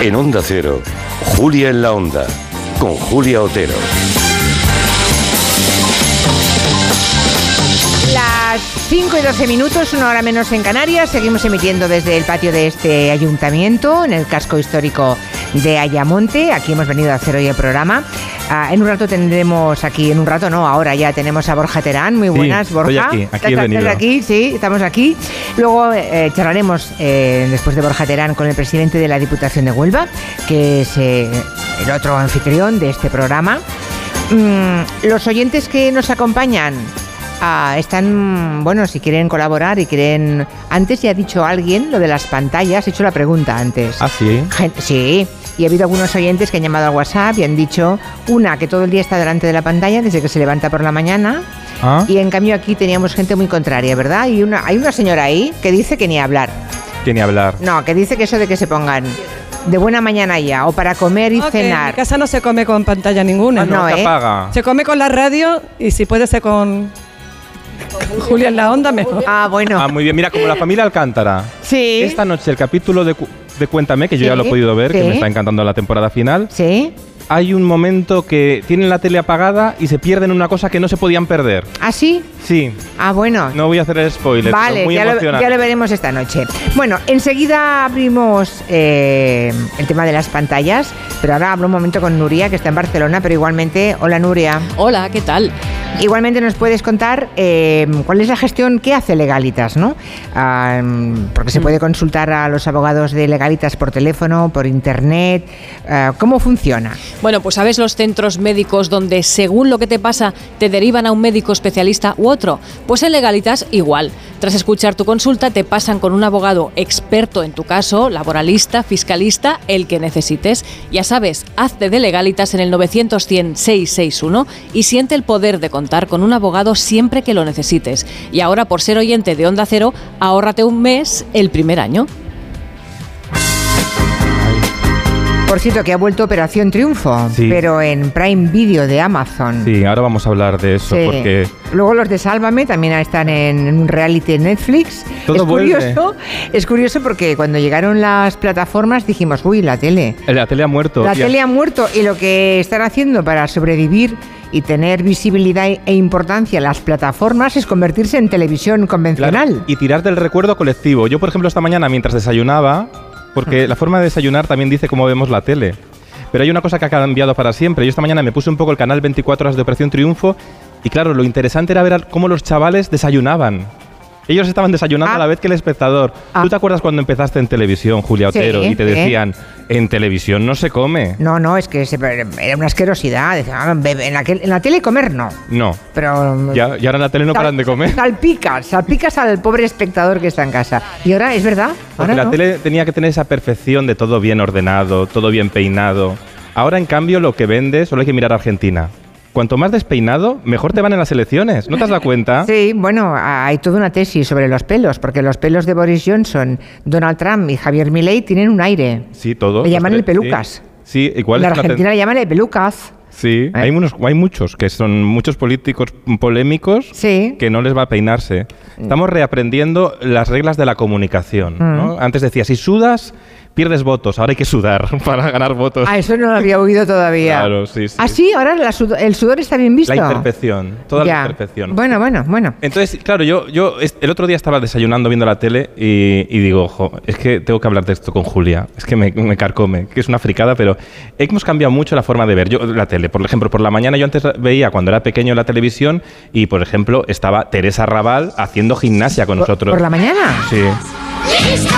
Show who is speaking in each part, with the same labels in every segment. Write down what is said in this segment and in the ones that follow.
Speaker 1: En Onda Cero, Julia en la Onda, con Julia Otero.
Speaker 2: Las 5 y 12 minutos, una hora menos en Canarias, seguimos emitiendo desde el patio de este ayuntamiento, en el casco histórico de Ayamonte. Aquí hemos venido a hacer hoy el programa. Ah, en un rato tendremos aquí, en un rato no, ahora ya tenemos a Borja Terán. Muy
Speaker 3: Sí,
Speaker 2: buenas, Borja.
Speaker 3: estoy aquí, aquí he
Speaker 2: Estás- estás
Speaker 3: venido.
Speaker 2: aquí, sí, estamos aquí. Luego eh, charlaremos eh, después de Borja Terán con el presidente de la Diputación de Huelva, que es eh, el otro anfitrión de este programa. Mm, los oyentes que nos acompañan ah, están, mm, bueno, si quieren colaborar y quieren... Antes ya ha dicho alguien lo de las pantallas, he hecho la pregunta antes.
Speaker 3: Ah, sí.
Speaker 2: Gen- Sí, y ha habido algunos oyentes que han llamado al WhatsApp y han dicho, una, que todo el día está delante de la pantalla desde que se levanta por la mañana,
Speaker 3: Ah,
Speaker 2: y en cambio aquí teníamos gente muy contraria, ¿verdad? Y una, hay una señora ahí que dice que ni hablar,
Speaker 3: que ni hablar.
Speaker 2: no, que dice que eso de que se pongan de buena mañana ya, o para comer y
Speaker 4: No, que en mi
Speaker 2: cenar.
Speaker 4: casa no se come con pantalla ninguna.
Speaker 2: Ah, no,
Speaker 3: te
Speaker 2: ¿eh?
Speaker 3: apaga.
Speaker 4: Se come con la radio y si puede ser con Julia en la onda, mejor.
Speaker 2: Ah, bueno.
Speaker 3: Ah, muy bien. Mira, como la familia Alcántara.
Speaker 2: sí.
Speaker 3: Esta noche el capítulo de, cu- de Cuéntame, que yo
Speaker 2: Sí,
Speaker 3: ya lo he podido ver, que
Speaker 2: sí.
Speaker 3: me está encantando la temporada final,
Speaker 2: Sí.
Speaker 3: hay un momento que tienen la tele apagada y se pierden una cosa que no se podían perder.
Speaker 2: ¿Ah, sí?
Speaker 3: Sí,
Speaker 2: Ah, bueno.
Speaker 3: no voy a hacer spoilers, pero
Speaker 2: Vale,
Speaker 3: muy
Speaker 2: ya lo,
Speaker 3: emocionante.
Speaker 2: ya lo veremos esta noche. Bueno, enseguida abrimos eh, el tema de las pantallas, pero ahora hablo un momento con Nuria, que está en Barcelona, pero igualmente, hola Nuria.
Speaker 5: Hola, ¿qué tal?
Speaker 2: Igualmente nos puedes contar eh, cuál es la gestión que hace Legalitas, ¿no? Ah, mm, porque se puede consultar a los abogados de Legalitas por teléfono, por internet. ah, ¿Cómo funciona?
Speaker 5: Bueno, pues sabes los centros médicos donde según lo que te pasa te derivan a un médico especialista u otro. Pues en Legalitas igual. Tras escuchar tu consulta te pasan con un abogado experto en tu caso, laboralista, fiscalista, el que necesites. Ya sabes, hazte de Legalitas en el 900-100-661 y siente el poder de contar con un abogado siempre que lo necesites. Y ahora por ser oyente de Onda Cero, ahórrate un mes el primer año.
Speaker 2: Por cierto, que ha vuelto Operación Triunfo,
Speaker 3: Sí.
Speaker 2: pero en Prime Video de Amazon.
Speaker 3: Sí, ahora vamos a hablar de eso,
Speaker 2: Sí.
Speaker 3: porque
Speaker 2: Luego los de Sálvame también están en en un reality en Netflix.
Speaker 3: Todo
Speaker 2: es
Speaker 3: vuelve.
Speaker 2: curioso, es curioso porque cuando llegaron las plataformas dijimos, uy, la tele.
Speaker 3: la tele ha muerto.
Speaker 2: La
Speaker 3: Y-
Speaker 2: tele ha muerto y lo que están haciendo para sobrevivir y tener visibilidad e importancia las plataformas es convertirse en televisión
Speaker 3: Claro,
Speaker 2: convencional.
Speaker 3: Y tirar del recuerdo colectivo. Yo, por ejemplo, esta mañana mientras desayunaba, porque la forma de desayunar también dice cómo vemos la tele. Pero hay una cosa que ha cambiado para siempre. Yo esta mañana me puse un poco el canal 24 horas de Operación Triunfo y claro, lo interesante era ver al- cómo los chavales desayunaban. Ellos estaban desayunando
Speaker 2: Ah.
Speaker 3: a la vez que el espectador.
Speaker 2: Ah.
Speaker 3: ¿Tú te acuerdas cuando empezaste en televisión, Julia
Speaker 2: Sí,
Speaker 3: Otero, y te
Speaker 2: ¿eh?
Speaker 3: decían, en televisión no se come?
Speaker 2: No, no, es que se- era una asquerosidad. Decían, "Ah, bebe, En la, que- en la tele comer no,
Speaker 3: No.
Speaker 2: pero
Speaker 3: Ya, y ahora en la tele no
Speaker 2: Sal-
Speaker 3: paran de comer.
Speaker 2: Salpicas, salpicas al pobre espectador que está en casa. Y ahora, es verdad,
Speaker 3: Porque
Speaker 2: ahora
Speaker 3: la
Speaker 2: no.
Speaker 3: tele tenía que tener esa perfección de todo bien ordenado, todo bien peinado. Ahora, en cambio, lo que vende solo hay que mirar a Argentina. Cuanto más despeinado, mejor te van en las elecciones. ¿No te has dado cuenta?
Speaker 2: Sí, bueno, hay toda una tesis sobre los pelos, porque los pelos de Boris Johnson, Donald Trump y Javier Milei tienen un aire.
Speaker 3: Sí, todo.
Speaker 2: Le llaman el
Speaker 3: Los tres,
Speaker 2: pelucas.
Speaker 3: Sí, Sí, igual
Speaker 2: en
Speaker 3: es una ten-
Speaker 2: Argentina Ah. le llaman el pelucas.
Speaker 3: Sí, hay, unos, hay muchos que son muchos políticos polémicos
Speaker 2: Sí. Mm.
Speaker 3: que no les va a peinarse. Estamos reaprendiendo las reglas de la comunicación. ¿no?
Speaker 2: Mm.
Speaker 3: Antes decía, si sudas, pierdes votos. Ahora hay que sudar para ganar votos.
Speaker 2: Ah, eso no lo había oído todavía.
Speaker 3: Claro, sí, sí.
Speaker 2: Ah, sí, ahora la sud- el sudor está bien visto.
Speaker 3: la imperfección, toda
Speaker 2: Ya.
Speaker 3: la imperfección.
Speaker 2: Bueno, bueno, bueno.
Speaker 3: Entonces, claro, yo, yo es- el otro día estaba desayunando viendo la tele y, y digo, ojo, es que tengo que hablar de esto con Julia, es que me, me carcome, que es una fricada, pero hemos cambiado mucho la forma de ver yo, la tele. Por ejemplo, por la mañana yo antes veía cuando era pequeño la televisión y, por ejemplo, estaba Teresa Raval haciendo gimnasia con
Speaker 2: Por-
Speaker 3: nosotros.
Speaker 2: Por la mañana.
Speaker 3: Sí.
Speaker 6: ¡Listos!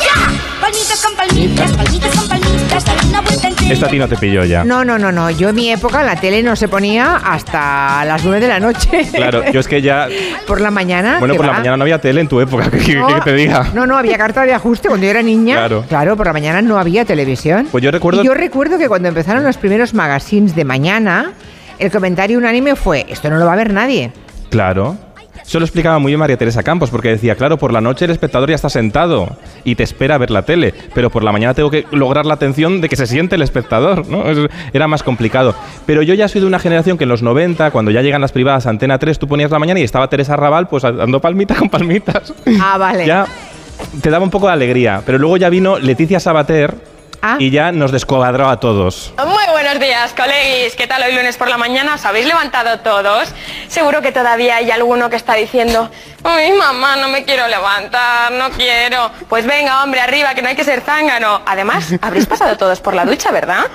Speaker 6: ¡Ya! Palmitas con palmitas, palmitas con palmitas, dale una vuelta entera.
Speaker 3: Esta a ti no te pilló ya.
Speaker 2: No, no, no, no. Yo en mi época la tele no se ponía hasta las 9 de la noche.
Speaker 3: Claro, yo es que ya...
Speaker 2: Por la mañana.
Speaker 3: Bueno,
Speaker 2: ¿qué
Speaker 3: por la
Speaker 2: va?
Speaker 3: mañana no había tele en tu época, ¿qué, qué- qué te diga?
Speaker 2: No, no, había carta de ajuste cuando yo era niña.
Speaker 3: Claro.
Speaker 2: por la mañana no había televisión.
Speaker 3: Pues yo recuerdo-
Speaker 2: Y yo recuerdo que cuando empezaron los primeros magazines de mañana, el comentario unánime fue, esto no lo va a ver nadie.
Speaker 3: Claro. Eso lo explicaba muy bien María Teresa Campos, porque decía, claro, por la noche el espectador ya está sentado y te espera a ver la tele, pero por la mañana tengo que lograr la atención de que se siente el espectador, ¿no? Es- Era más complicado. Pero yo ya soy de una generación que en los 90, cuando ya llegan las privadas a Antena 3, tú ponías la mañana y estaba Teresa Raval pues dando palmitas con palmitas.
Speaker 2: Ah, vale.
Speaker 3: Ya te daba un poco de alegría, pero luego ya vino Leticia Sabater
Speaker 2: Ah.
Speaker 3: y ya nos descuadró a todos.
Speaker 7: Muy buenos días, colegis. ¿Qué tal hoy lunes por la mañana? ¿Os habéis levantado todos? Seguro que todavía hay alguno que está diciendo, ¡Ay, mamá, no me quiero levantar, no quiero! Pues venga, hombre, arriba, que no hay que ser zángano. Además, habréis pasado todos por la ducha, ¿verdad?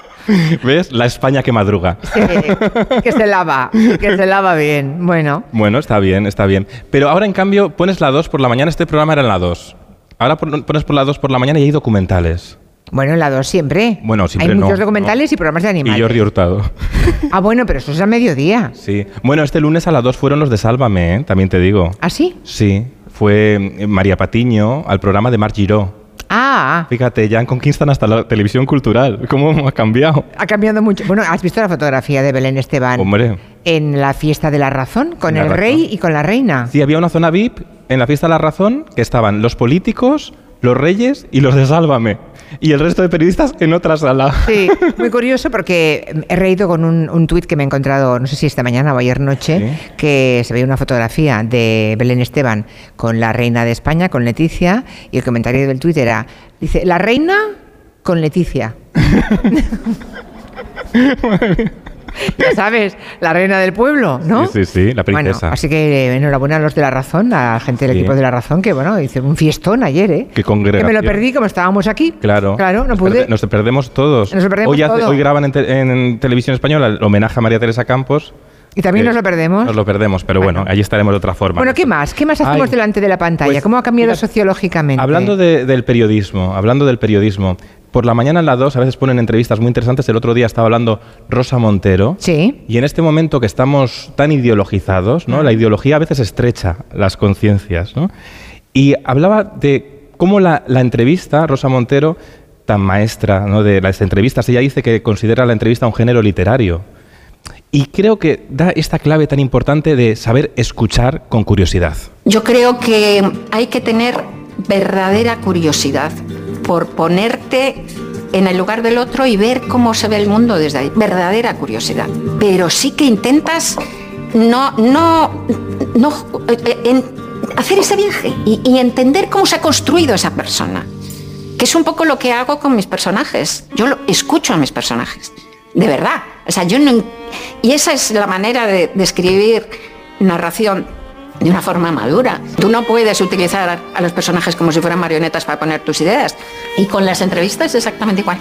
Speaker 3: ¿Ves? La España que madruga.
Speaker 2: que, que se lava, que se lava bien. Bueno,
Speaker 3: Bueno, está bien, está bien. Pero ahora, en cambio, pones la 2 por la mañana. Este programa era en la 2. Ahora pon- pones por la 2 por la mañana y hay documentales.
Speaker 2: bueno, la 2 siempre.
Speaker 3: Bueno, siempre
Speaker 2: Hay
Speaker 3: no,
Speaker 2: muchos documentales
Speaker 3: no.
Speaker 2: y programas de animales.
Speaker 3: Y Jordi Hurtado.
Speaker 2: Ah, bueno, pero eso es a mediodía.
Speaker 3: Sí. Bueno, este lunes a las 2 fueron los de Sálvame, ¿eh? también te digo.
Speaker 2: ¿Ah, sí?
Speaker 3: Sí. Fue eh, María Patiño al programa de Mar Giró.
Speaker 2: Ah,
Speaker 3: Fíjate, ya han conquistado hasta la televisión cultural. ¿Cómo ha cambiado?
Speaker 2: ha cambiado mucho. Bueno, ¿has visto la fotografía de Belén Esteban?
Speaker 3: Hombre.
Speaker 2: En la fiesta de la razón, con
Speaker 3: La
Speaker 2: el
Speaker 3: razón.
Speaker 2: rey y con la reina.
Speaker 3: Sí, había una zona VIP en la fiesta de la razón que estaban los políticos, los reyes y los de Sálvame. Y el resto de periodistas en otra sala.
Speaker 2: Sí, muy curioso porque he reído con un, un tuit que me he encontrado, no sé si esta mañana o ayer noche,
Speaker 3: Sí.
Speaker 2: que se veía una fotografía de Belén Esteban con la reina de España, con Leticia, y el comentario del tuit era, dice, la reina con Leticia. Ya sabes, la reina del pueblo, ¿no?
Speaker 3: Sí, sí, sí, la
Speaker 2: Bueno,
Speaker 3: princesa.
Speaker 2: así que eh, enhorabuena a los de la razón, a la gente del
Speaker 3: Sí.
Speaker 2: equipo de la razón, que bueno, hizo un fiestón ayer, ¿eh?
Speaker 3: Qué
Speaker 2: Que me lo
Speaker 3: congregación.
Speaker 2: perdí como estábamos aquí.
Speaker 3: Claro.
Speaker 2: Claro, no
Speaker 3: Nos
Speaker 2: pude.
Speaker 3: perde- nos perdemos todos.
Speaker 2: Nos perdemos
Speaker 3: hoy,
Speaker 2: todo.
Speaker 3: hoy graban en, te- en televisión española el homenaje a María Teresa Campos.
Speaker 2: Y también
Speaker 3: Eh,
Speaker 2: nos lo perdemos.
Speaker 3: Nos lo perdemos, pero bueno,
Speaker 2: Bueno.
Speaker 3: allí estaremos de otra forma.
Speaker 2: Bueno, ¿qué más? ¿Qué más hacemos
Speaker 3: Ay,
Speaker 2: delante de la pantalla?
Speaker 3: pues,
Speaker 2: ¿Cómo ha cambiado
Speaker 3: mira,
Speaker 2: sociológicamente?
Speaker 3: Hablando de- del periodismo, hablando del periodismo. Por la mañana en la 2 a veces ponen entrevistas muy interesantes. El otro día estaba hablando Rosa Montero.
Speaker 2: Sí.
Speaker 3: Y en este momento que estamos tan ideologizados, ¿no? La ideología a veces estrecha las conciencias, ¿no? Y hablaba de cómo la, la entrevista, Rosa Montero, tan maestra, ¿no? De las entrevistas, ella dice que considera la entrevista un género literario. Y creo que da esta clave tan importante de saber escuchar con curiosidad.
Speaker 8: Yo creo que hay que tener verdadera curiosidad por ponerte en el lugar del otro y ver cómo se ve el mundo desde ahí. Verdadera curiosidad. Pero sí que intentas no, no, no eh, eh, en- hacer ese viaje y, y entender cómo se ha construido esa persona. Que es un poco lo que hago con mis personajes. Yo lo- escucho a mis personajes. De verdad. O sea, yo no. en- Y esa es la manera de, de escribir narración de una forma madura. Tú no puedes utilizar a- a los personajes como si fueran marionetas para poner tus ideas. Y con las entrevistas es exactamente igual.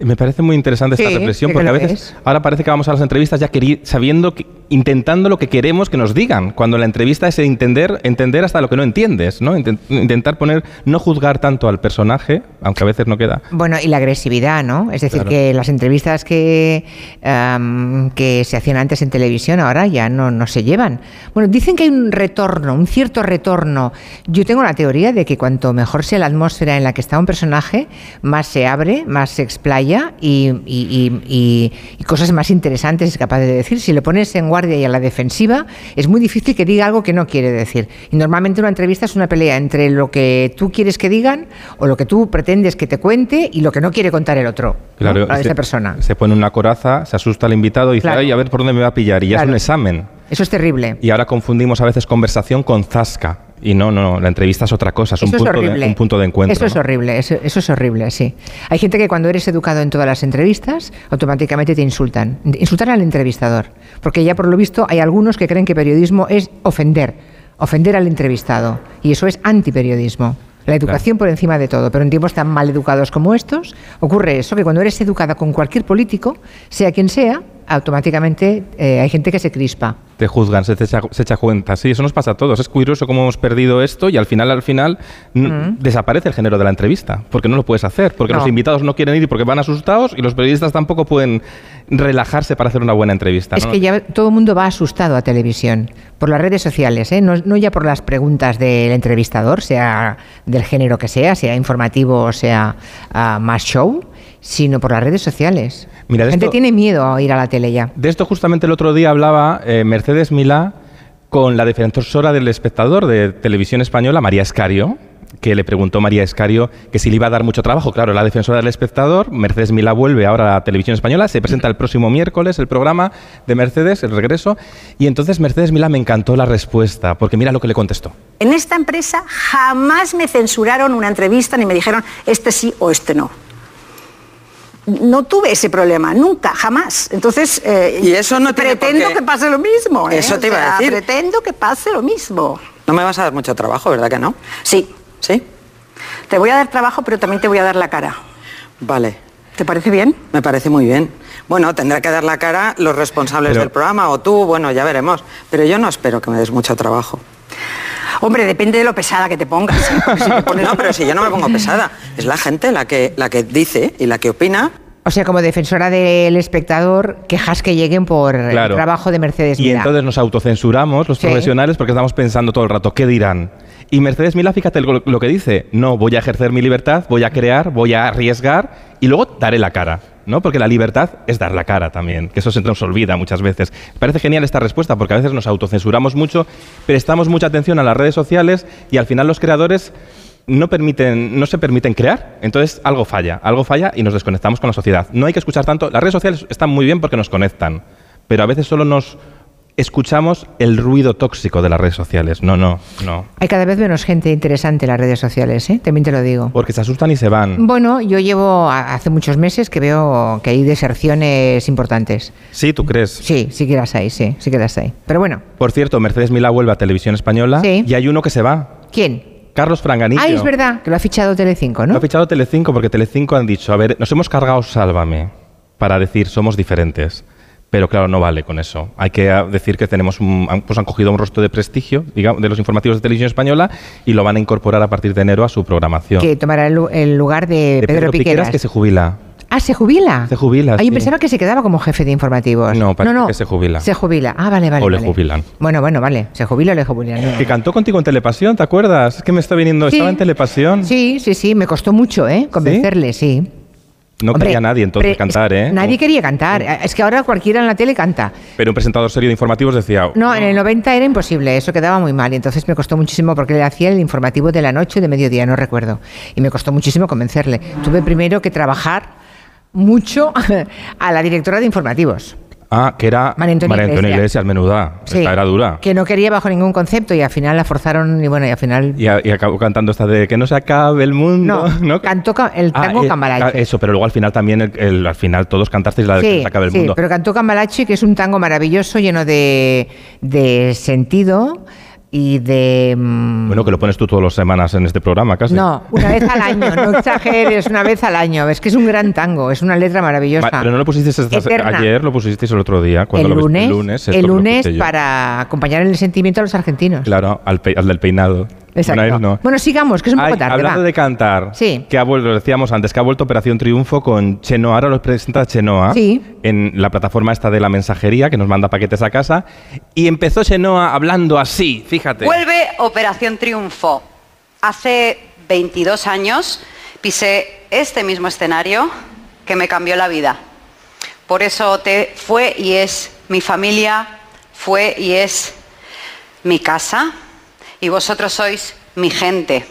Speaker 3: Me parece muy interesante esta
Speaker 2: Sí,
Speaker 3: reflexión
Speaker 2: sí que
Speaker 3: porque a
Speaker 2: lo
Speaker 3: veces
Speaker 2: es.
Speaker 3: ahora parece que vamos a las entrevistas ya queri- sabiendo, que- intentando lo que queremos que nos digan, cuando la entrevista es entender, entender hasta lo que no entiendes, ¿no? Inten- intentar poner, no juzgar tanto al personaje, aunque a veces no queda.
Speaker 2: Bueno, y la agresividad, ¿no? Es decir,
Speaker 3: Claro.
Speaker 2: que las entrevistas que, am, que se hacían antes en televisión ahora ya no, no se llevan. Bueno, dicen que hay un retorno, un cierto retorno. Yo tengo la teoría de que cuanto mejor sea la atmósfera en la que está un personaje, más se abre, más se explaya y, y- y- y- y cosas más interesantes es capaz de decir. Si le pones en guardia y a la defensiva, es muy difícil que diga algo que no quiere decir. Y normalmente una entrevista es una pelea entre lo que tú quieres que digan o lo que tú pretendes que te cuente y lo que no quiere contar el otro, ¿no? a
Speaker 3: se-
Speaker 2: esa persona.
Speaker 3: Se pone una coraza, se asusta al invitado y dice,
Speaker 2: Claro.
Speaker 3: ay, a ver por dónde me va a pillar. Y ya es
Speaker 2: Claro.
Speaker 3: un examen.
Speaker 2: Eso es terrible.
Speaker 3: Y ahora confundimos a veces conversación con zasca. Y no, no, la entrevista es otra cosa, es, un,
Speaker 2: Eso
Speaker 3: punto
Speaker 2: horrible.
Speaker 3: De, un punto de encuentro.
Speaker 2: Eso es
Speaker 3: ¿no?
Speaker 2: horrible, eso, eso es horrible, sí. Hay gente que cuando eres educado en todas las entrevistas, automáticamente te insultan. Insultan al entrevistador. Porque ya por lo visto hay algunos que creen que periodismo es ofender, ofender al entrevistado. Y eso es antiperiodismo. La educación por encima de todo, pero en tiempos tan mal educados como estos, ocurre eso, que cuando eres educada con cualquier político, sea quien sea, automáticamente eh, hay gente que se crispa.
Speaker 3: Te juzgan, se, te echa, se echa cuenta. Sí, eso nos pasa a todos. Es curioso cómo hemos perdido esto y al final, al final, n- desaparece el género de la entrevista. Porque no lo puedes hacer. Porque
Speaker 2: No.
Speaker 3: los invitados no quieren ir porque van asustados y los periodistas tampoco pueden relajarse para hacer una buena entrevista.
Speaker 2: Es
Speaker 3: ¿no?
Speaker 2: que ya todo el mundo va asustado a televisión, por las redes sociales, ¿eh? no, no ya por las preguntas del entrevistador, sea del género que sea, sea informativo o sea ah, más show, sino por las redes sociales.
Speaker 3: Mira,
Speaker 2: la
Speaker 3: de
Speaker 2: gente
Speaker 3: esto-
Speaker 2: tiene miedo a ir a la tele ya.
Speaker 3: De esto justamente el otro día hablaba eh, Mercedes Milá con la defensora del espectador de televisión española, María Escario, que le preguntó María Escario que si le iba a dar mucho trabajo. Claro, la defensora del espectador, Mercedes Milá vuelve ahora a la televisión española, se presenta el próximo miércoles el programa de Mercedes, el regreso, y entonces Mercedes Milá me encantó la respuesta, porque mira lo que le contestó.
Speaker 9: En esta empresa jamás me censuraron una entrevista ni me dijeron este sí o este no. no tuve ese problema, nunca, jamás. Entonces, eh,
Speaker 10: Y eso no tiene por
Speaker 9: pretendo
Speaker 10: qué.
Speaker 9: que pase lo mismo. ¿eh?
Speaker 10: Eso te
Speaker 9: O
Speaker 10: iba
Speaker 9: sea,
Speaker 10: a decir.
Speaker 9: Pretendo que pase lo mismo.
Speaker 10: No me vas a dar mucho trabajo, ¿verdad que no?
Speaker 9: Sí,
Speaker 10: ¿Sí?
Speaker 9: te voy a dar trabajo, pero también te voy a dar la cara.
Speaker 10: Vale.
Speaker 9: ¿Te parece bien?
Speaker 10: Me parece muy bien. Bueno, tendrá que dar la cara los responsables
Speaker 3: Pero-
Speaker 10: del programa o tú, bueno, ya veremos. Pero yo no espero que me des mucho trabajo.
Speaker 9: Hombre, depende de lo pesada que te pongas. ¿eh? Porque si te pones-
Speaker 10: No, pero si yo no me pongo pesada. Es la gente la que, la que dice y la que opina.
Speaker 2: O sea, como defensora del espectador, quejas que lleguen por el
Speaker 3: Claro.
Speaker 2: trabajo de Mercedes
Speaker 3: Y
Speaker 2: Milá.
Speaker 3: entonces nos autocensuramos los
Speaker 2: Sí.
Speaker 3: profesionales porque estamos pensando todo el rato, ¿qué dirán? Y Mercedes Milá, fíjate lo, lo que dice, no, voy a ejercer mi libertad, voy a crear, voy a arriesgar y luego daré la cara, ¿no? Porque la libertad es dar la cara también, que eso se nos olvida muchas veces. Me Parece genial esta respuesta porque a veces nos autocensuramos mucho, prestamos mucha atención a las redes sociales y al final los creadores no, permiten, no se permiten crear. Entonces algo falla, algo falla y nos desconectamos con la sociedad. No hay que escuchar tanto, las redes sociales están muy bien porque nos conectan, pero a veces solo nos escuchamos el ruido tóxico de las redes sociales. No, no, no.
Speaker 2: Hay cada vez menos gente interesante en las redes sociales, ¿eh? también te lo digo.
Speaker 3: Porque se asustan y se van.
Speaker 2: Bueno, yo llevo a- hace muchos meses que veo que hay deserciones importantes.
Speaker 3: Sí, tú crees.
Speaker 2: Sí, sí que las hay, sí, sí que las hay. Pero bueno,
Speaker 3: Por cierto, Mercedes Milá vuelve a Televisión Española
Speaker 2: Sí.
Speaker 3: y hay uno que se va.
Speaker 2: ¿quién?
Speaker 3: Carlos Franganillo.
Speaker 2: Ah, es verdad, que lo ha fichado Telecinco,
Speaker 3: Lo
Speaker 2: ¿no?
Speaker 3: ha fichado Telecinco porque Telecinco han dicho, a ver, nos hemos cargado Sálvame para decir somos diferentes. Pero claro, no vale con eso. Hay que ah, decir que tenemos un, han- pues han cogido un rostro de prestigio, digamos, de los informativos de televisión española y lo van a incorporar a partir de enero a su programación.
Speaker 2: Que tomará el, lu- el lugar de,
Speaker 3: De
Speaker 2: Pedro, Piqueras.
Speaker 3: que se jubila.
Speaker 2: Ah, ¿se jubila?
Speaker 3: Se jubila,
Speaker 2: Ah, yo
Speaker 3: sí.
Speaker 2: pensaba que se quedaba como jefe de informativos.
Speaker 3: No, parece que se jubila.
Speaker 2: Se jubila. Ah, vale, vale.
Speaker 3: O le
Speaker 2: vale.
Speaker 3: jubilan.
Speaker 2: Bueno, bueno, vale. Se jubila o le jubilan. no, no.
Speaker 3: Que cantó contigo en Telepasión, ¿te acuerdas? Es que me está viniendo,
Speaker 2: Sí.
Speaker 3: estaba en Telepasión.
Speaker 2: Sí, sí, sí. Me costó mucho, ¿eh? Convencerle, sí.
Speaker 3: No
Speaker 2: Hombre,
Speaker 3: quería nadie entonces
Speaker 2: pre-
Speaker 3: cantar,
Speaker 2: es-
Speaker 3: ¿eh?
Speaker 2: Nadie quería cantar. Es que ahora cualquiera en la tele canta.
Speaker 3: Pero un presentador serio de informativos decía,
Speaker 2: No, en el 90 era imposible, eso quedaba muy mal. Y entonces me costó muchísimo porque le hacía el informativo de la noche o de mediodía, no recuerdo. Y me costó muchísimo convencerle. Tuve primero que trabajar mucho a la directora de informativos.
Speaker 3: ah, que era
Speaker 2: María Antonia Iglesias.
Speaker 3: Iglesias, menuda.
Speaker 2: Sí.
Speaker 3: Esta era dura.
Speaker 2: Que no quería bajo ningún concepto y al final la forzaron y bueno, y al final...
Speaker 3: Y, a- y acabó cantando esta de que no se acabe el mundo.
Speaker 2: No, cantó ca- el tango
Speaker 3: eh,
Speaker 2: Cambalache.
Speaker 3: ca- Eso, pero luego al final también, el- el- al final todos cantasteis la de que no se acabe ah, el
Speaker 2: sí,
Speaker 3: mundo.
Speaker 2: pero cantó Cambalache, que es un tango maravilloso, lleno de, de sentido y de... mm,
Speaker 3: Bueno, que lo pones tú todas las semanas en este programa, casi.
Speaker 2: No, una vez al año, no exageres, una vez al año. Es que es un gran tango, es una letra maravillosa.
Speaker 3: Ma- Pero no lo pusisteis esta-
Speaker 2: Eterna.
Speaker 3: ayer, lo pusisteis el otro día.
Speaker 2: el
Speaker 3: Cuando lo
Speaker 2: lunes,
Speaker 3: viste-
Speaker 2: el
Speaker 3: lunes,
Speaker 2: lunes,
Speaker 3: esto lo puse yo.
Speaker 2: para acompañar el sentimiento a los argentinos.
Speaker 3: Claro, al, pe- al del peinado.
Speaker 2: Exacto.
Speaker 3: Bueno, a él no.
Speaker 2: Bueno, sigamos, que es un poco
Speaker 3: Ay,
Speaker 2: tarde.
Speaker 3: Hablando
Speaker 2: va.
Speaker 3: de cantar,
Speaker 2: Sí.
Speaker 3: que ha vuelto, lo decíamos antes, que ha vuelto Operación Triunfo con Chenoa, ahora lo presenta Chenoa
Speaker 2: Sí.
Speaker 3: en la plataforma esta de la mensajería que nos manda paquetes a casa. Y empezó Chenoa hablando así, fíjate.
Speaker 11: Vuelve Operación Triunfo. Hace 22 años pisé este mismo escenario que me cambió la vida. Por eso te fue y es mi familia, fue y es mi casa y vosotros sois mi gente.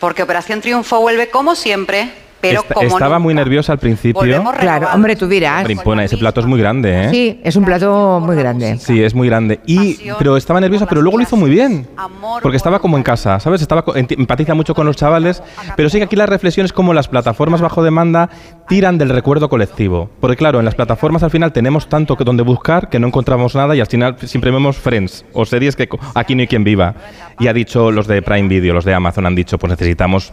Speaker 11: Porque Operación Triunfo vuelve como siempre, pero
Speaker 3: Esta-
Speaker 11: como
Speaker 3: estaba muy
Speaker 11: nunca.
Speaker 3: nerviosa al principio.
Speaker 11: Volvemos
Speaker 3: Claro,
Speaker 11: renovados.
Speaker 2: hombre, tú dirás.
Speaker 3: Pero impone, ese plato es muy grande, ¿eh?
Speaker 2: Sí, es un plato muy grande.
Speaker 3: Sí, es muy grande. Y,
Speaker 11: Pasión
Speaker 3: pero estaba nerviosa,
Speaker 11: por
Speaker 3: pero
Speaker 11: las
Speaker 3: luego lo hizo muy bien.
Speaker 11: clases, amor
Speaker 3: Porque estaba como en casa, ¿sabes? Estaba, co- enti- empatiza mucho con los chavales. Pero sí que aquí la reflexión es como las plataformas bajo demanda tiran del recuerdo colectivo. Porque claro, en las plataformas al final tenemos tanto que donde buscar que no encontramos nada y al final siempre vemos Friends o series que co- aquí no hay quien viva. Y ha dicho los de Prime Video, los de Amazon, han dicho pues necesitamos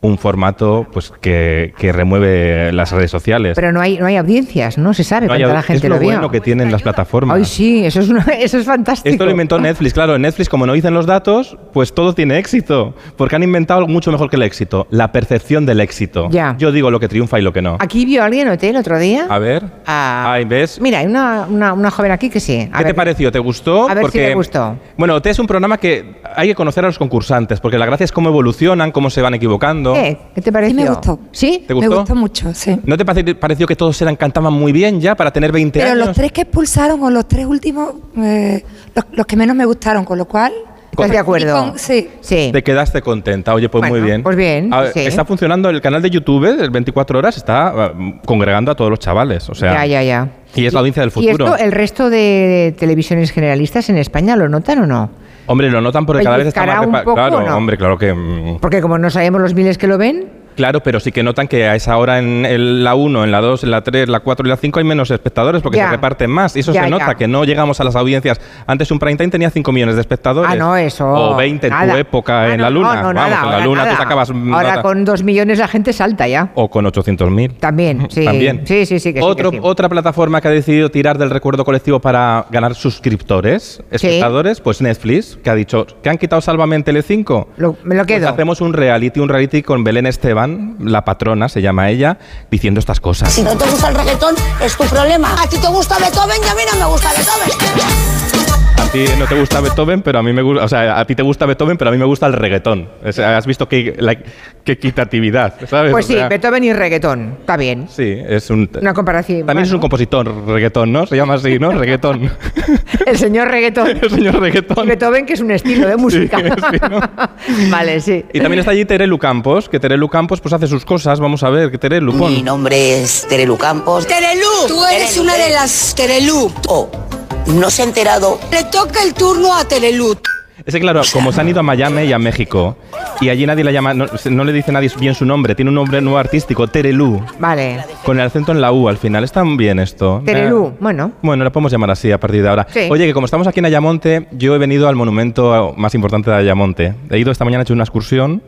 Speaker 3: un formato pues que, que remueve las redes sociales.
Speaker 2: Pero no hay, no hay audiencias, no se sabe
Speaker 3: No hay
Speaker 2: cuánta
Speaker 3: au-
Speaker 2: la gente
Speaker 3: es lo,
Speaker 2: lo, vio.
Speaker 3: bueno que tienen las plataformas.
Speaker 2: Ay, sí, eso es, una- eso es fantástico. Ah.
Speaker 3: Esto lo inventó Netflix, claro. En Netflix, como no dicen los datos, pues todo tiene éxito. Porque han inventado algo mucho mejor que el éxito. La percepción del éxito.
Speaker 2: Ya.
Speaker 3: Yo digo lo que triunfa y lo que no.
Speaker 2: ¿Aquí vio alguien hotel otro día?
Speaker 3: A ver.
Speaker 2: Ah,
Speaker 3: Ay, ¿ves?
Speaker 2: Mira, hay una, una, una joven aquí que sí. A
Speaker 3: ¿Qué te
Speaker 2: ver.
Speaker 3: pareció? ¿Te gustó?
Speaker 2: A ver si me gustó.
Speaker 3: Bueno, OT es un programa que hay que conocer a los concursantes, porque la gracia es cómo evolucionan, cómo se van equivocando.
Speaker 2: ¿Qué? ¿Qué te pareció?
Speaker 4: Sí, me gustó.
Speaker 2: ¿Sí?
Speaker 3: ¿Te gustó?
Speaker 4: Me gustó mucho, sí.
Speaker 3: ¿No te pare- pareció que todos eran cantaban muy bien ya para tener 20
Speaker 4: Pero
Speaker 3: años?
Speaker 4: los tres que expulsaron o los tres últimos, eh, los, los que menos me gustaron, con lo cual...
Speaker 2: ¿Estás de acuerdo?
Speaker 4: Y con- sí.
Speaker 2: Sí.
Speaker 3: Te quedaste contenta, oye, pues
Speaker 2: Bueno,
Speaker 3: muy bien.
Speaker 2: pues bien,
Speaker 3: A ver,
Speaker 2: sí.
Speaker 3: Está funcionando el canal de YouTube, el 24 horas, está eh, congregando a todos los chavales. O sea,
Speaker 2: ya, ya, ya.
Speaker 3: Y es la audiencia del
Speaker 2: ¿Y
Speaker 3: futuro.
Speaker 2: esto el resto de televisiones generalistas en España lo notan o no?
Speaker 3: Hombre, lo notan porque cada vez está más
Speaker 2: ¿Pellizcará un
Speaker 3: repa-
Speaker 2: poco
Speaker 3: Claro,
Speaker 2: o no?
Speaker 3: hombre, claro que. mm,
Speaker 2: Porque como no sabemos los miles que lo ven,
Speaker 3: Claro, pero sí que notan que a esa hora en el- la 1, en la 2, en la 3, la 4 y la 5 hay menos espectadores porque
Speaker 2: Ya.
Speaker 3: se reparten más. Y eso
Speaker 2: Ya,
Speaker 3: se
Speaker 2: ya.
Speaker 3: nota, que no llegamos a las audiencias. Antes un prime time tenía 5 millones de espectadores.
Speaker 2: Ah, no, eso,
Speaker 3: O 20 en tu
Speaker 2: nada.
Speaker 3: época,
Speaker 2: Ah,
Speaker 3: en
Speaker 2: no,
Speaker 3: la luna.
Speaker 2: no, no,
Speaker 3: Vamos,
Speaker 2: nada,
Speaker 3: en
Speaker 2: ahora
Speaker 3: la luna
Speaker 2: nada.
Speaker 3: tú sacabas...
Speaker 2: Ahora
Speaker 3: nada.
Speaker 2: con dos millones la gente salta ya.
Speaker 3: O con 800.000.
Speaker 2: También, sí.
Speaker 3: También.
Speaker 2: Sí, sí, sí. Que sí,
Speaker 3: Otro-
Speaker 2: que sí.
Speaker 3: Otra plataforma que ha decidido tirar del recuerdo colectivo para ganar suscriptores, espectadores, pues Netflix, que ha dicho que han quitado Sálvame en Telecinco.
Speaker 2: me lo
Speaker 3: quedo. Pues hacemos un reality, un reality con Belén Esteban, la patrona, se llama ella, diciendo estas cosas.
Speaker 12: Si no te gusta el reggaetón, es tu problema. A ti te gusta Beethoven y a mí no me gusta Beethoven.
Speaker 3: A ti no te gusta Beethoven, pero a mí me gusta, o sea, a ti te gusta Beethoven, pero a mí me gusta el reggaetón. O sea, has visto qué, la- qué equitatividad, ¿sabes?
Speaker 2: Pues
Speaker 3: O
Speaker 2: sí,
Speaker 3: sea,
Speaker 2: Beethoven y reggaetón. Está bien.
Speaker 3: sí, es un
Speaker 2: Una comparación.
Speaker 3: también es un compositor reggaetón, ¿no? Se llama así, ¿no? Reggaetón.
Speaker 2: El señor reggaetón.
Speaker 3: El señor reggaetón.
Speaker 2: Beethoven, que es un estilo de música. vale, sí.
Speaker 3: Y también está allí Terelu Campos, que Terelu Campos pues hace sus cosas, vamos a ver, que Terelu pon.
Speaker 13: Mi nombre es Terelu Campos.
Speaker 12: Terelú, tú eres
Speaker 13: Terelu,
Speaker 12: una de
Speaker 13: Terelu.
Speaker 12: las Terelú.
Speaker 13: Oh, no se ha enterado.
Speaker 12: Le toca el turno a Terelú.
Speaker 3: Es que claro, como se han ido a Miami y a México, y allí nadie la llama, no, se- no le dice nadie bien su nombre, tiene un nombre nuevo artístico, Terelu,
Speaker 2: Vale.
Speaker 3: con el acento en la U al final. Está bien esto.
Speaker 2: Terelú,
Speaker 3: Eh,
Speaker 2: bueno.
Speaker 3: Bueno, la podemos llamar así a partir de ahora.
Speaker 2: Sí.
Speaker 3: Oye, que como estamos aquí en Ayamonte, yo he venido al monumento más importante de Ayamonte. He ido esta mañana, he hecho una excursión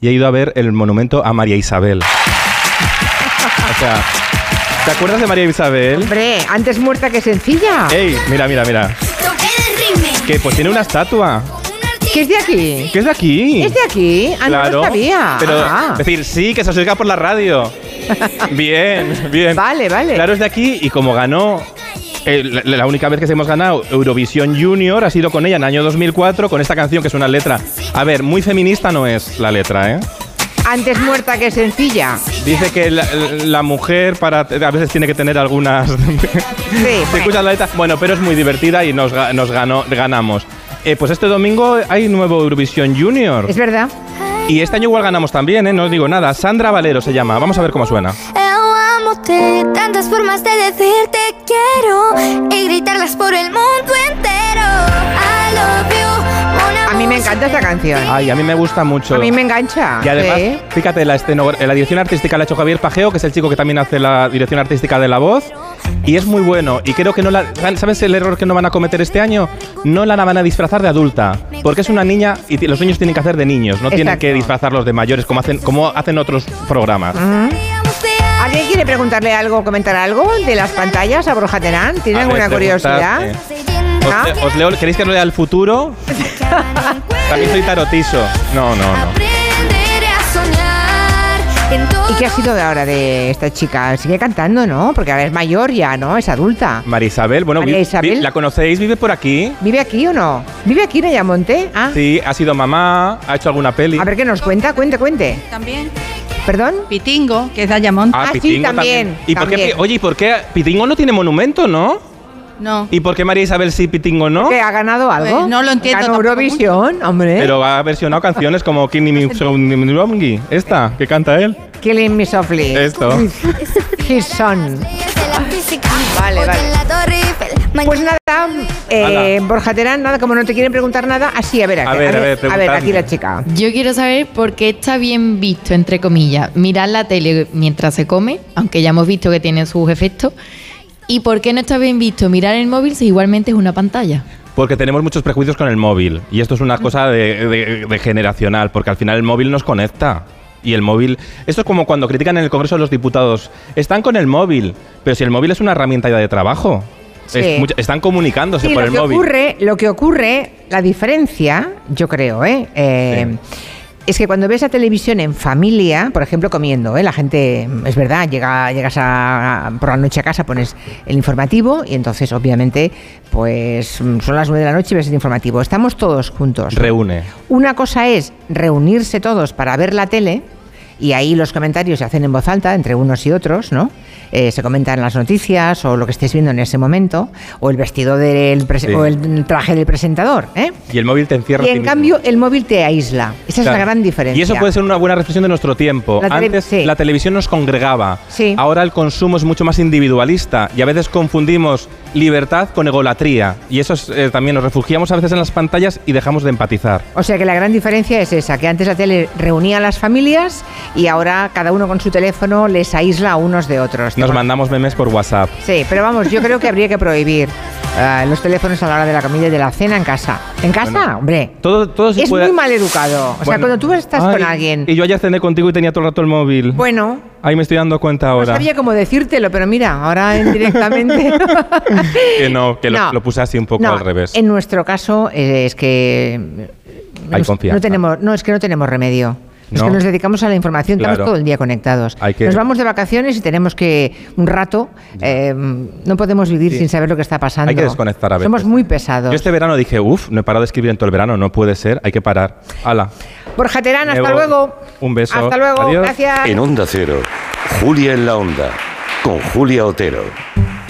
Speaker 3: y he ido a ver el monumento a María Isabel. O sea, ¿te acuerdas de María Isabel?
Speaker 2: Hombre, antes muerta que sencilla.
Speaker 3: ¡Ey! Mira, mira, mira. Que pues tiene una estatua.
Speaker 2: ¿Qué es de aquí?
Speaker 3: Que es de aquí.
Speaker 2: ¿Es de aquí? Ah, no
Speaker 3: Claro.
Speaker 2: lo sabía.
Speaker 3: Pero
Speaker 2: Ah.
Speaker 3: es decir, sí, que se os oiga por la radio. bien, bien.
Speaker 2: Vale, vale.
Speaker 3: Claro, es de aquí y como ganó. eh, la, la única vez que hemos ganado Eurovisión Junior ha sido con ella en el año 2004 con esta canción que es una letra. A ver, muy feminista no es la letra, ¿eh?
Speaker 2: Antes muerta que sencilla.
Speaker 3: Dice que la, la mujer para a veces tiene que tener algunas. ¿Te escuchas la letra? Bueno, pero es muy divertida y nos, ga- nos ganó, ganamos. Eh, pues este domingo hay nuevo Eurovisión Junior.
Speaker 2: Es verdad.
Speaker 3: Y este año igual ganamos también, ¿eh? No os digo nada. Sandra Valero se llama. Vamos a ver cómo suena.
Speaker 14: Eu amo te, tantas formas de decirte quiero y gritarlas por el mundo entero. I love you, una
Speaker 2: A mí me encanta esta canción.
Speaker 3: Ay, a mí me gusta mucho.
Speaker 2: A mí me engancha.
Speaker 3: Ah, Y además,
Speaker 2: sí.
Speaker 3: fíjate, la, escenogra- la dirección artística la ha hecho Javier Pajeo, que es el chico que también hace la dirección artística de la voz. Y es muy bueno. Y creo que no la. ¿Sabes el error que no van a cometer este año? No la van a disfrazar de adulta. Porque es una niña y ti- los niños tienen que hacer de niños, no tienen
Speaker 2: Exacto.
Speaker 3: que disfrazarlos de mayores como hacen, como hacen otros programas.
Speaker 2: Ujú. ¿Alguien quiere preguntarle algo, comentar algo de las pantallas a Borja Terán? ¿Tiene
Speaker 3: A ver,
Speaker 2: alguna curiosidad?
Speaker 3: preguntadme.
Speaker 2: ¿No?
Speaker 3: Os, le- os leo, ¿Queréis que os lea el futuro? También soy tarotizo. No, no, no.
Speaker 14: aprenderé a soñar en todo.
Speaker 2: ¿Y qué ha sido de ahora de esta chica? Sigue cantando, ¿no? Porque ahora es mayor ya, ¿no? Es adulta.
Speaker 3: María Isabel, bueno, vi-
Speaker 2: María Isabel.
Speaker 3: vi- la conocéis, vive por aquí.
Speaker 2: ¿Vive aquí o no? ¿Vive aquí en Ayamonte? Ah,
Speaker 3: Sí, ha sido mamá, ha hecho alguna peli.
Speaker 2: a ver qué nos cuenta, cuente, cuente.
Speaker 4: También.
Speaker 2: ¿Perdón?
Speaker 4: Pitingo, que es de Ayamonte.
Speaker 3: Ah, Pitingo también. ¿Y por qué Pi- oye, ¿y por qué Pitingo no tiene monumento, no?
Speaker 4: No.
Speaker 3: ¿Y por qué María Isabel sí, Pitingo no?
Speaker 2: ¿Que ha ganado algo?
Speaker 4: Pues no lo entiendo
Speaker 2: Ganó
Speaker 4: tampoco
Speaker 2: Eurovisión, hombre.
Speaker 3: Pero ha versionado canciones como Kidney Me Songy, esta, que canta él.
Speaker 2: Killing me softly.
Speaker 3: Esto.
Speaker 2: His son. Ah, Vale, vale. Pues nada, eh, Borja Terán, nada, como no te quieren preguntar nada, así, a ver,
Speaker 3: A ver,
Speaker 2: a
Speaker 3: a ver,
Speaker 2: ver, aquí
Speaker 3: preguntadme.
Speaker 2: la chica.
Speaker 15: Yo quiero saber por qué está bien visto, entre comillas, mirar la tele mientras se come, aunque ya hemos visto que tiene sus efectos, y por qué no está bien visto mirar el móvil si igualmente es una pantalla.
Speaker 3: Porque tenemos muchos prejuicios con el móvil. Y esto es una cosa de, de- de generacional, porque al final el móvil nos conecta. Y el móvil. Esto es como cuando critican en el Congreso a los diputados. Están con el móvil, pero si el móvil es una herramienta ya de trabajo.
Speaker 2: Sí.
Speaker 3: Es mucha- están comunicándose
Speaker 2: Sí,
Speaker 3: por
Speaker 2: lo
Speaker 3: el
Speaker 2: que,
Speaker 3: móvil.
Speaker 2: ocurre, lo que ocurre, la diferencia, yo creo, ¿eh? Eh, Es que cuando ves la televisión en familia, por ejemplo, comiendo, ¿eh? la gente, es verdad, llega, llegas a- por la noche a casa, pones el informativo y entonces, obviamente, pues mm, son las 9 de la noche y ves el informativo. Estamos todos juntos.
Speaker 3: Reúne.
Speaker 2: Una cosa es reunirse todos para ver la tele y ahí los comentarios se hacen en voz alta entre unos y otros, ¿no? eh, se comentan las noticias o lo que estés viendo en ese momento, o el vestido del pres-
Speaker 3: Sí.
Speaker 2: o el traje del presentador. ¿eh?
Speaker 3: Y el móvil te encierra.
Speaker 2: Y
Speaker 3: a ti
Speaker 2: en
Speaker 3: mismo.
Speaker 2: cambio el móvil te aísla. Esa es
Speaker 3: Claro.
Speaker 2: la gran diferencia.
Speaker 3: Y eso puede ser una buena reflexión de nuestro tiempo.
Speaker 2: La tele-
Speaker 3: Antes
Speaker 2: sí.
Speaker 3: la televisión nos congregaba.
Speaker 2: Sí.
Speaker 3: Ahora el consumo es mucho más individualista y a veces confundimos libertad con egolatría. Y eso es, eh, también nos refugiamos a veces en las pantallas y dejamos de empatizar.
Speaker 2: O sea que la gran diferencia es esa, que antes la tele reunía a las familias y ahora cada uno con su teléfono les aísla a unos de otros.
Speaker 3: Nos mandamos memes por WhatsApp.
Speaker 2: Sí, pero vamos, yo creo que habría que prohibir eh, los teléfonos a la hora de la comida y de la cena en casa. ¿En casa? Hombre.
Speaker 3: Todo, todo se
Speaker 2: Es
Speaker 3: puede-
Speaker 2: muy mal educado. O sea,
Speaker 3: Bueno.
Speaker 2: cuando tú estás
Speaker 3: Ay,
Speaker 2: con alguien,
Speaker 3: Y yo ayer cené contigo y tenía todo el rato el móvil.
Speaker 2: bueno,
Speaker 3: Ahí me estoy dando cuenta
Speaker 2: no
Speaker 3: ahora.
Speaker 2: sabía cómo decírtelo, pero mira, ahora en- directamente...
Speaker 3: que no, que lo-
Speaker 2: No.
Speaker 3: Lo, puse así un poco
Speaker 2: No,
Speaker 3: al revés.
Speaker 2: En nuestro caso eh, es que
Speaker 3: Hay
Speaker 2: nos-
Speaker 3: confianza.
Speaker 2: no tenemos, no es que no tenemos remedio. Es
Speaker 3: No.
Speaker 2: que nos dedicamos a la información,
Speaker 3: Claro.
Speaker 2: estamos todo el día conectados.
Speaker 3: Hay que-
Speaker 2: Nos vamos de vacaciones y tenemos que un rato, eh, no podemos vivir
Speaker 3: Sí.
Speaker 2: sin saber lo que está pasando.
Speaker 3: Hay que desconectar a veces.
Speaker 2: Somos muy pesados.
Speaker 3: Yo este verano dije, uff, no he parado de escribir en todo el verano, no puede ser, hay que parar. Hala.
Speaker 2: Borja Terán, hasta
Speaker 3: Me voy.
Speaker 2: luego.
Speaker 3: Un beso.
Speaker 2: Hasta luego,
Speaker 3: Adiós.
Speaker 2: gracias.
Speaker 1: En Onda Cero, Julia en la Onda, con Julia Otero.